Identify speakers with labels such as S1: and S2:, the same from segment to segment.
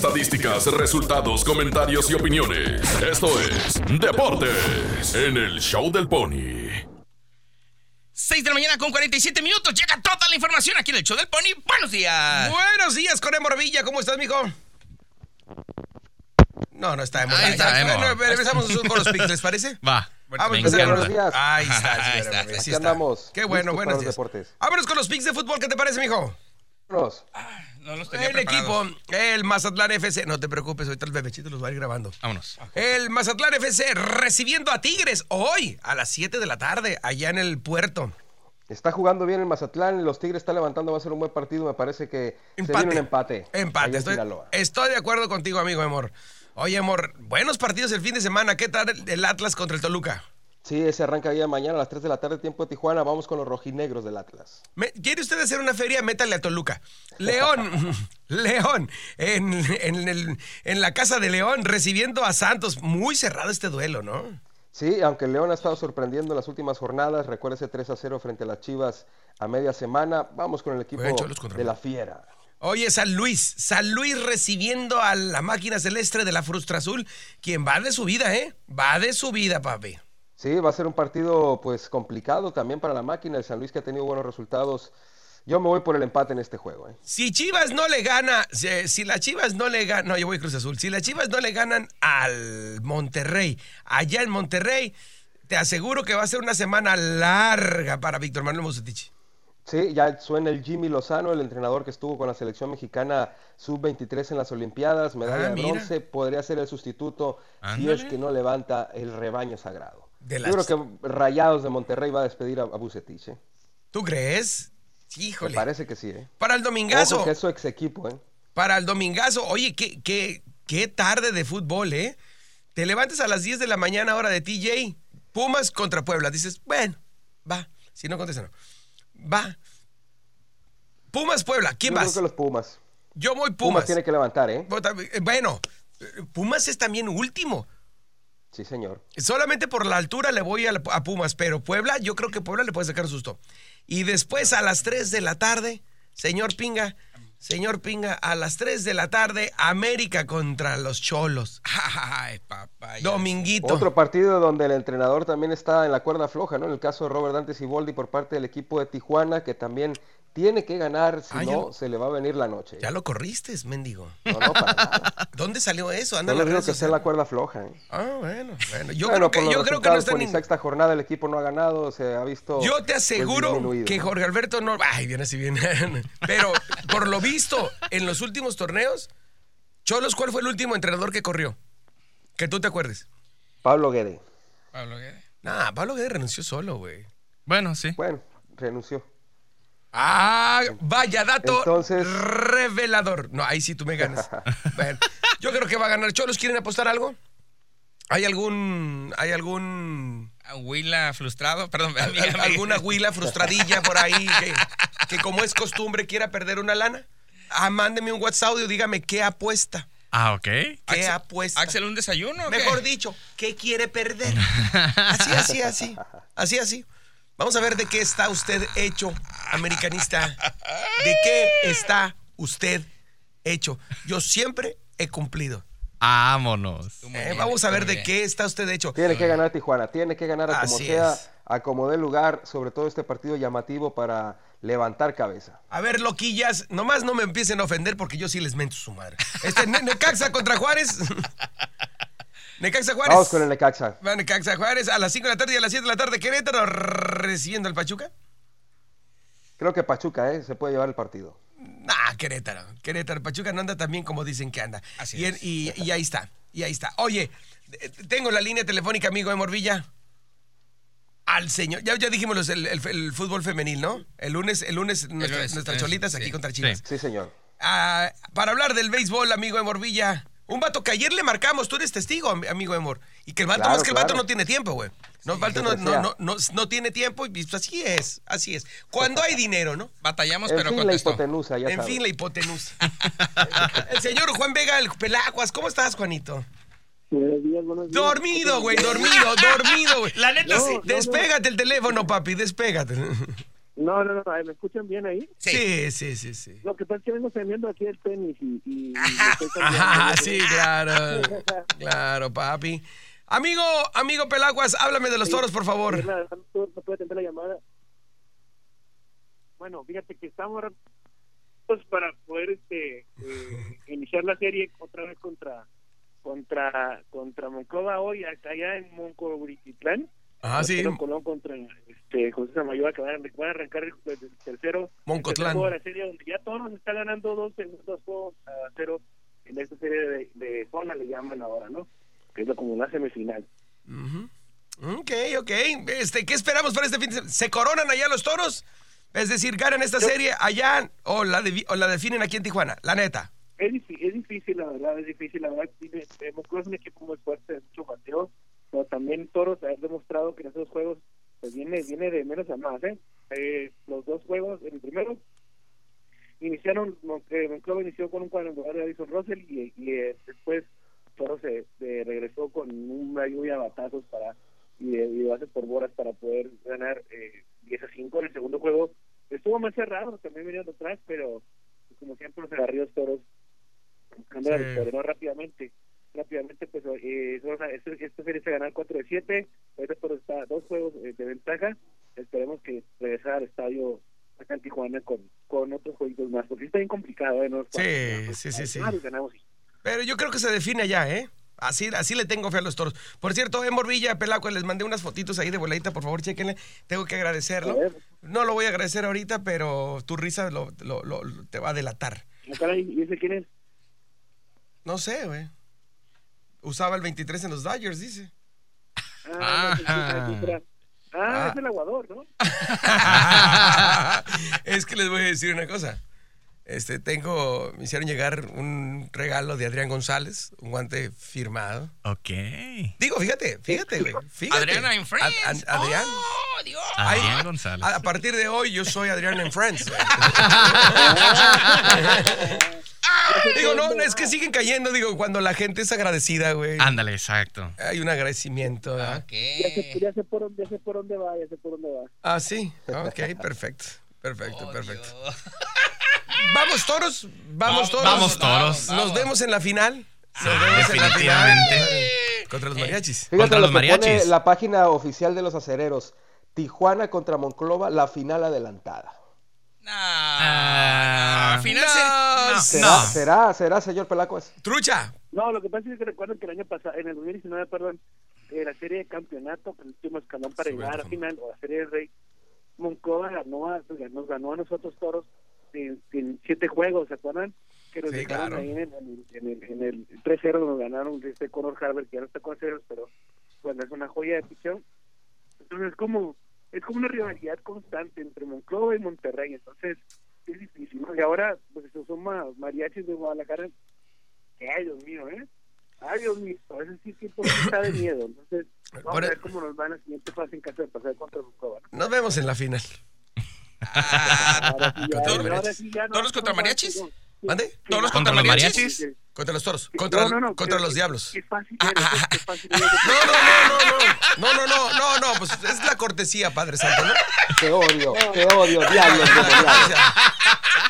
S1: Estadísticas, resultados, comentarios y opiniones. Esto es Deportes en el Show del Pony.
S2: 6 de la mañana con 47 minutos. Llega toda la información aquí en el Show del Pony. Buenos días.
S3: Buenos días, Corea Moravilla. ¿Cómo estás, mijo? No, no está de moda.
S2: Ahí está,
S3: Ya,
S2: de moda.
S3: no, Empezamos con los pics, ¿les parece?
S2: Va.
S3: Vamos a
S2: Me
S3: empezar con
S2: encanta.
S3: los
S4: Buenos días.
S3: Ahí está,
S2: Ahí
S3: señora
S2: está,
S3: Maravilla,
S2: aquí
S3: sí
S4: Aquí
S3: está.
S4: andamos.
S3: Qué bueno,
S4: listos
S3: buenos
S4: para
S3: días.
S4: los deportes.
S3: Vámonos con los pics de fútbol. ¿Qué te parece, mijo?
S4: Vámonos.
S2: No los tenía
S3: El
S2: preparados.
S3: equipo, el Mazatlán FC. No te preocupes, ahorita el bebechito los va a ir grabando.
S2: Vámonos.
S3: El Mazatlán FC recibiendo a Tigres hoy a las 7 de la tarde, allá en el puerto.
S4: Está jugando bien el Mazatlán, los Tigres están levantando, va a ser un buen partido, me parece que se viene un empate. ahí en
S3: Empate. Estoy, eh.
S4: Sinaloa.
S3: estoy de acuerdo contigo, amigo, amor. Oye, amor, buenos partidos el fin de semana. ¿Qué tal el Atlas contra el Toluca?
S4: Sí, ese arranca día de mañana a las 3 de la tarde, tiempo de Tijuana, vamos con los rojinegros del Atlas.
S3: Me- ¿Quiere usted hacer una feria? Métale a Toluca. León, León, en, en el- en la casa de León, recibiendo a Santos. Muy cerrado este duelo, ¿no?
S4: Sí, aunque León ha estado sorprendiendo en las últimas jornadas, recuérdese 3 a 0 frente a las Chivas a media semana, vamos con el equipo
S3: Juegan Cholos contra
S4: de
S3: León.
S4: la Fiera.
S3: Oye, San Luis, San Luis recibiendo a la máquina celeste de la Frustra Azul, quien va de su vida, ¿eh? Va de su vida, papi.
S4: Sí, va a ser un partido pues complicado también para la máquina, el San Luis que ha tenido buenos resultados. Yo me voy por el empate en este juego. ¿eh?
S3: Si Chivas no le gana, si, si las Chivas no le ganan, no, yo voy Cruz Azul, si las Chivas no le ganan al Monterrey, allá en Monterrey, te aseguro que va a ser una semana larga para Víctor Manuel Musutich.
S4: Sí, ya suena el Jimmy Lozano, el entrenador que estuvo con la selección mexicana sub-23 en las Olimpiadas, medalla
S3: Ah,
S4: de
S3: mira.
S4: bronce, podría ser el sustituto si es
S2: Ándale.
S4: que no levanta el rebaño sagrado.
S3: De
S4: Yo
S3: las-
S4: creo que Rayados de Monterrey va a despedir a, a Vucetich, ¿eh?
S3: ¿Tú crees?
S4: Me
S3: Híjole.
S4: parece que sí, ¿eh?
S3: Para el
S4: Ojo
S3: domingazo,
S4: que es su ex equipo, ¿eh?
S3: para el domingazo, oye, qué, qué, qué tarde de fútbol, ¿eh? Te levantas a las 10 de la mañana hora de TJ, Pumas contra Puebla, dices, bueno, va, si no contesta no, va. Pumas Puebla, ¿quién
S4: Yo
S3: vas?
S4: creo que los Pumas.
S3: Yo voy
S4: Pumas
S3: Pumas.
S4: tiene que levantar, ¿eh?
S3: Vota- eh, Bueno, eh, Pumas es también último.
S4: Sí, señor.
S3: Solamente por la altura le voy a, la- a Pumas, pero Puebla, yo creo que Puebla le puede sacar un susto. Y después a las 3 de la tarde, señor Pinga, señor Pinga, a las 3 de la tarde, América contra los Cholos. eh,
S2: Ay, papá. ya
S3: Dominguito.
S4: Otro partido donde el entrenador también está en la cuerda floja, ¿no? En el caso de Robert Dante Siboldi por parte del equipo de Tijuana, que también tiene que ganar, si
S3: Ah, ya
S4: no,
S3: lo-
S4: se le va a venir la noche. ¿eh?
S3: Ya lo corriste, mendigo.
S4: No, no, para nada.
S3: ¿Dónde salió eso? Anda
S4: No
S3: en
S4: les
S3: las
S4: digo
S3: redes
S4: que sea
S3: sociales.
S4: la cuerda floja, ¿eh?
S3: Ah, bueno, bueno. Yo creo
S4: Bueno, por
S3: que,
S4: los
S3: yo creo que no
S4: resultados,
S3: está
S4: por
S3: ni...
S4: sexta jornada el equipo no ha ganado, se ha visto...
S3: Yo te
S4: pues,
S3: aseguro
S4: disminuido,
S3: que
S4: ¿no?
S3: Jorge Alberto no. Ay, viene así bien. Pero por lo visto, en los últimos torneos, Cholos, ¿cuál fue el último entrenador que corrió? Que tú te acuerdes.
S4: Pablo Guede.
S2: sé. Pablo Guede.
S3: Nah, Pablo Guedes renunció solo, güey.
S2: Bueno, sí.
S4: Bueno, renunció.
S3: Ah, vaya dato
S4: Entonces-
S3: revelador. No, ahí sí tú me ganas. Bueno, yo creo que va a ganar Cholos. ¿Quieren apostar algo? ¿Hay algún. ¿Hay algún.
S2: A Huila Ah, frustrado. Perdón,
S3: al-
S2: amiga,
S3: alguna huila frustradilla por ahí que, que como es costumbre quiera perder una lana? Ah, mándeme un WhatsApp y dígame qué apuesta.
S5: Ah, ok.
S3: ¿Qué
S2: Axel-
S3: apuesta?
S2: Axel, un desayuno. o qué?
S3: Mejor dicho, ¿qué quiere perder? Así, así, así. Así, así. Vamos a ver de qué está usted hecho, americanista. ¿De qué está usted hecho? Yo siempre he cumplido.
S5: Vámonos.
S2: Tú muy
S3: Eh,
S2: bien,
S3: vamos a
S2: muy
S3: ver de
S2: bien.
S3: qué está usted hecho.
S4: Tiene que ganar Tijuana, tiene que ganar a como
S3: Ah. Así
S4: sea,
S3: es.
S4: a como dé lugar, sobre todo este partido llamativo para levantar cabeza.
S3: A ver, loquillas, nomás no me empiecen a ofender porque yo sí les mento su madre. Este, Ne- Necaxa contra Juárez. Necaxa Juárez.
S4: Vamos con el Necaxa.
S3: Va Necaxa Juárez a las 5 de la tarde y a las 7 de la tarde Querétaro recibiendo al Pachuca.
S4: Creo que Pachuca, ¿eh? Se puede llevar el partido.
S3: Nah, Querétaro. Querétaro. Pachuca no anda tan bien como dicen que anda.
S2: Así
S3: y, en-
S2: es.
S3: y- y ahí está. Y ahí está. Oye, eh, tengo la línea telefónica, amigo de Morvilla. Al señor. Ya, ya dijimos los- el, el- el fútbol femenil, ¿no? El lunes, el lunes, nuestra-
S2: lunes,
S3: nuestras
S2: el lunes,
S3: cholitas aquí
S2: sí.
S3: contra Chivas.
S4: Sí, señor.
S3: Ah, para hablar del béisbol, amigo de Morvilla. Un vato que ayer le marcamos, tú eres testigo, am- amigo de Mor. Y que el vato,
S4: Claro,
S3: más que el
S4: claro.
S3: vato no tiene tiempo, güey. No, el vato no,
S4: siempre
S3: no-
S4: sea.
S3: no- no- no tiene tiempo y pues, así es, así es. Cuando hay dinero, ¿no?
S2: Batallamos,
S4: En
S2: pero
S4: fin, la
S2: contestó.
S4: hipotenusa, ya
S3: en
S4: sabe.
S3: fin, la hipotenusa. el señor Juan Vega, el Pelaguas, ¿cómo estás, Juanito?
S6: Buenos días, buenos días.
S3: Dormido, güey, dormido, dormido, güey.
S5: La neta
S6: No, sí. no, no.
S3: Despégate el teléfono, papi, despégate.
S6: No, no, no, ay, ¿me escuchan bien ahí?
S2: Sí.
S3: Sí, sí, sí, sí.
S6: Lo que pasa es que vengo teniendo aquí el tenis y... y, y estoy cambiando.
S3: Ajá, sí, claro. Claro, papi. Amigo, amigo Pelaguas, háblame de los toros, por favor.
S6: Perdona, no puedo- no puedo atender la llamada. Bueno, fíjate que estamos ahora, pues, para poder este eh, iniciar la serie otra vez contra contra contra Monclova hoy hasta allá en Moncovititlán.
S3: Ajá, Ah, sí.
S6: Arturo Colón contra este, José Samayoa que van a, van a arrancar el, el tercero.
S3: Moncotlán.
S6: el tercer juego de la serie donde ya todos nos están ganando dos, dos juegos a cero en esta serie de, de zona, le llaman ahora, ¿no? Que es lo como una semifinal.
S3: Ujú. Ok, ok. Este, ¿Qué esperamos para este fin de semana? ¿Se coronan allá los toros? Es decir, ganan esta serie allá o la, devi- o la definen aquí en Tijuana, la neta.
S6: Es, difí- es difícil, la verdad, es difícil. La verdad, tiene, eh, Monclova es un equipo muy fuerte, de mucho bateo, pero también Toros ha demostrado que en esos juegos pues viene, viene de menos a más. ¿eh? Eh, los dos juegos, el primero, iniciaron, Mon- eh, Monclova inició con un cuadrangular de Addison Russell y, y, eh, después Toros se, se regresó con una lluvia de batazos para, y de, y de bases por bolas para poder ganar eh, 10 a 5. En el segundo juego estuvo más cerrado, también venían atrás, pero como siempre los agarridos toros buscando la
S3: Sí.
S6: victoria, ¿no? rápidamente rápidamente pues eh, eso, esto, esto sería de ganar 4 de 7 ahorita toros está a dos juegos eh, de ventaja esperemos que regresar al estadio acá en Tijuana con, con otros jueguitos más porque está bien complicado ¿eh? No es
S3: Sí,
S6: fácil, ¿no?
S3: sí, sí, sí.
S6: Ah, los ganamos sí.
S3: Pero yo creo que se define allá, ¿eh? Así, así le tengo fe a los toros. Por cierto, en Morvilla, Pelaco, les mandé unas fotitos ahí de voladita, por favor, chéquenle. Tengo que agradecerlo.
S6: A ver.
S3: No lo voy a agradecer ahorita, pero tu risa lo- lo- lo- lo- te va a delatar.
S6: Ah, caray, ¿y ese quién es?
S3: No sé, güey. Usaba el 23 en los Dodgers, dice.
S6: ah, no, sí, sí,
S2: Ah.
S6: sí, sí, sí. Ah,
S3: Ah.
S6: es el aguador ¿no?
S3: es que les voy a decir una cosa. Este, tengo, me hicieron llegar un regalo de Adrián González, un guante firmado.
S5: Ok.
S3: Digo, fíjate, fíjate, güey. Fíjate.
S2: Adriana en Friends.
S3: Ad- ad- Adrián.
S2: ¡Oh, Dios! ah,
S3: Ay,
S5: Adrián González.
S3: A, a partir de hoy yo soy Adrián en Friends. güey. digo, no, no, es que siguen cayendo, digo, cuando la gente es agradecida, güey.
S5: Ándale, exacto.
S3: Hay un agradecimiento. ¿verdad?
S6: ya sé,
S2: Ok.
S6: ya sé por dónde ya sé por dónde va ya sé por dónde va
S3: Ah, sí. Ok, perfecto. Perfecto,
S2: Oh,
S3: perfecto.
S2: Dios.
S3: Vamos toros, vamos
S5: Va-
S3: toros.
S5: vamos, toros.
S3: Nos vemos en la final.
S5: Sí,
S3: Nos vemos en la final.
S5: definitivamente.
S3: Contra los mariachis.
S4: Fíjate
S5: Contra
S4: lo
S5: los
S4: que pone
S5: mariachis.
S4: la página oficial de los acereros. Tijuana contra Monclova, la final adelantada.
S2: No.
S5: Ah.
S2: al final
S3: No.
S2: se.
S4: ¿Será,
S5: No.
S4: será, será, señor Pelacuas?
S3: Trucha.
S6: No, lo que pasa es que recuerdo que el año pasado, en el 2019, perdón, eh, la serie de campeonato, que el último escalón para llegar a la final, o la serie de Rey, Monclova ganó a- pues, nos ganó a nosotros toros en, en siete juegos, ¿se acuerdan? Que nos
S3: Sí,
S6: dejaron
S3: claro.
S6: ahí en, el- en el, en el 3-0, nos ganaron este Conor Harvard, que ya no está con ceros, pero bueno, es una joya de ficción. Entonces, es como, es como una rivalidad constante entre Monclova y Monterrey, entonces es difícil. ¿no? Y ahora, pues se suma mariachis de Guadalajara que, ay Dios mío, ¿eh? Ay Dios mío, a veces sí siento que está de miedo. Entonces, vamos
S3: Por
S6: a
S3: el-
S6: ver cómo nos van la siguiente fase en caso de pasar contra Monclova. ¿no?
S3: Nos vemos en la final.
S2: Ah,
S6: Ahora sí ya-
S3: ¿Todos
S6: ahora
S3: mariachis?
S6: sí ya no-
S2: ¿Todos contra
S6: no, no,
S2: mariachis?
S6: no, sí,
S3: ¿Mande?
S6: sí,
S2: ¿Todos
S6: no,
S2: contra
S5: los
S2: mariachis?
S6: sí, sí.
S3: Contra los toros. Contra,
S6: No, no, no,
S3: contra
S6: qué-
S3: los diablos.
S6: Qué fácil eres, qué fácil eres.
S3: No, no, no, no, no, no, no, pues es la cortesía, Padre Santo, ¿no?
S4: Te odio, te odio, diablos
S3: O
S4: demoniados.
S3: sea,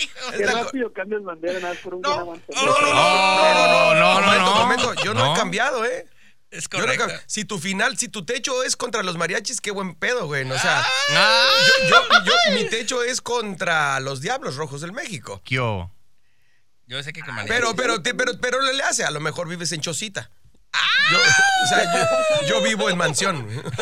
S2: Hijo.
S3: es
S6: Qué
S3: la cor-
S6: rápido cambias bandera nada más por un
S3: No,
S6: gran avance. No,
S5: No, no, no, no.
S3: Momento,
S5: no.
S3: momento, yo no, he cambiado, ¿eh?
S2: Es
S3: Yo no he
S2: correcto.
S3: cambiado. si tu final, si tu techo es contra los mariachis, qué buen pedo, güey. O sea,
S5: Ah,
S3: yo, yo- yo- mi techo es contra los diablos rojos del México.
S5: ¿Qué hubo?
S2: Yo sé que con mariachis.
S3: Pero, pero, te- pero, pero le hace, a lo mejor vives en Chocita. Yo, o sea, yo, yo vivo en mansión.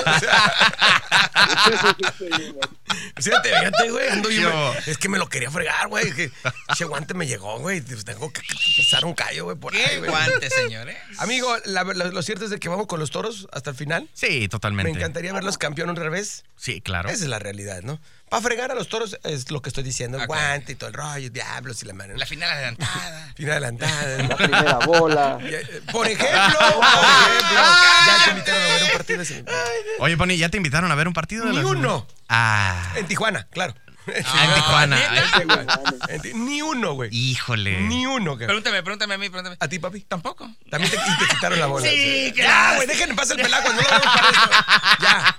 S3: O sea, fíjate, fíjate, güey. ando bien-
S5: Yo.
S3: es que me lo quería fregar, güey. que Ese guante me llegó, güey. pues Tengo que, que pisar un callo, güey, por ahí,
S2: Qué
S3: güey.
S2: guante, señores.
S3: Amigo, la- la- lo cierto es de que vamos con los toros hasta el final.
S5: Sí,
S3: Me
S5: totalmente.
S3: encantaría verlos campeón un revés.
S5: Sí, claro.
S3: Esa es la realidad, ¿no? Para fregar a los toros es lo que estoy diciendo. el
S2: Ok.
S3: Guante y todo el rollo, diablos y la mano.
S2: La final adelantada.
S3: Final adelantada.
S4: La primera bola.
S3: Ya, eh, Por ejemplo, por ejemplo, ya te invitaron a ver un partido ese-
S5: Oye, Pony, ¿ya te invitaron a ver un partido? de
S3: Ni
S5: la-
S3: uno.
S5: Ah.
S3: en Tijuana, claro.
S5: Ah, en Tijuana. Ay,
S3: En Ti- Ni uno, güey.
S5: Híjole.
S3: Ni uno, güey.
S2: Pregúntame, pregúntame a mí, pregúntame.
S3: ¿A ti, papi?
S2: Tampoco.
S3: También te, y te quitaron la bola.
S2: Sí,
S3: Ya,
S2: gracias.
S3: güey, déjenme pasar el pelaco, no lo vamos para esto. Ya.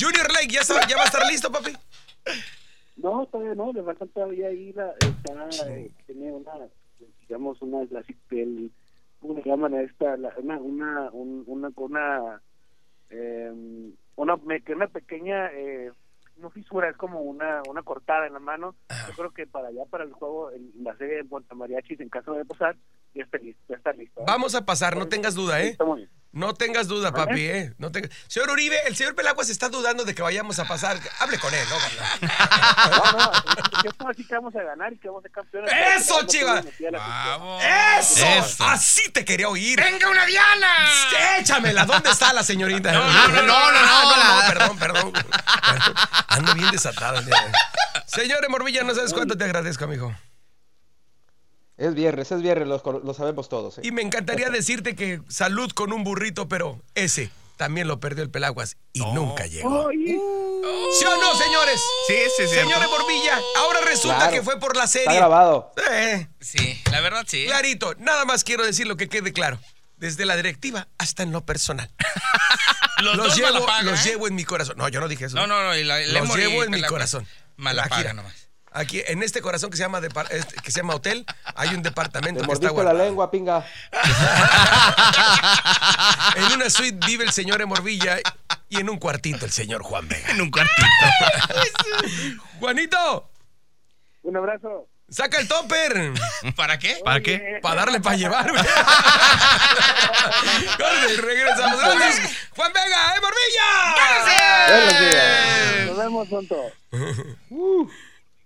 S3: Junior Lake, ya, sabe- ya va a estar listo, papi.
S6: No, todavía no, le faltan todavía ahí la, está, eh, tiene una, digamos, una, la, el, ¿cómo le llaman a esta? La, una, una, un- una, una, eh, una, me- una pequeña, eh, no fisura, es como una, una cortada en la mano. Yo creo que para allá, para el juego, en la serie de Puerto Mariachis, en caso de pasar, ya está listo, ya está listo. ¿eh?
S3: Vamos a pasar, no tengas duda, ¿eh?
S6: Está muy bien.
S3: No tengas duda, papi, ¿eh? No tengas- Señor Uribe, el señor Pelaguas está dudando de que vayamos a pasar. Hable con él, ¿no? carnal?
S6: No, no, yo puedo decir que vamos a ganar y que vamos a ser campeones.
S3: ¡Eso,
S6: Vamos a
S3: Chivas!
S6: meter a la afición.
S2: ¡Vamos!
S3: ¡Eso!
S5: Eso.
S3: Así te quería oír.
S2: ¡Venga una Diana!
S3: Échamela, ¿dónde está la señorita?
S2: No, no, no, no, no,
S3: Ah,
S5: no,
S3: perdón, perdón. Perdón. Ando bien desatado el día de hoy. Señor Morvilla, no sabes cuánto te agradezco, amigo.
S4: Es viernes, es viernes, lo, lo sabemos todos. ¿eh?
S3: Y me encantaría decirte que salud con un burrito, pero ese también lo perdió el Pelaguas y nunca
S2: Oh.
S3: llegó.
S6: Oye,
S3: ¿Sí o no, señores?
S5: Sí, sí, sí.
S3: Señores Morvilla, ahora resulta
S4: Claro.
S3: que fue por la
S4: Está
S3: serie.
S4: grabado.
S3: Eh,
S2: Sí, la verdad sí.
S3: clarito, nada más quiero decir lo que quede claro. Desde la directiva hasta en lo personal.
S2: Los,
S3: Los,
S2: dos
S3: llevo,
S2: Malapaga,
S3: los
S2: ¿eh?
S3: llevo en mi corazón. No, yo no dije eso.
S2: No, no, no. y la-
S3: Los
S2: Lemur y
S3: llevo en mi
S2: Pelaguas.
S3: corazón.
S2: Malapaga
S3: Aquí,
S2: nomás.
S3: Aquí, en este corazón que se llama, depar- este, que se llama hotel, hay un departamento
S4: Te
S3: que está
S4: mordiste la
S3: guardado.
S4: lengua, pinga.
S3: En una suite vive el señor Morvilla y en un cuartito el señor Juan Vega.
S5: En un cuartito.
S3: Juanito,
S6: un abrazo.
S3: saca el topper
S2: ¿Para qué?
S5: ¿Para qué?
S3: para darle para llevar. güey. Corte, regresamos. Gracias. Juan Vega, eh, Morvilla.
S4: Buenos días.
S6: Nos vemos pronto.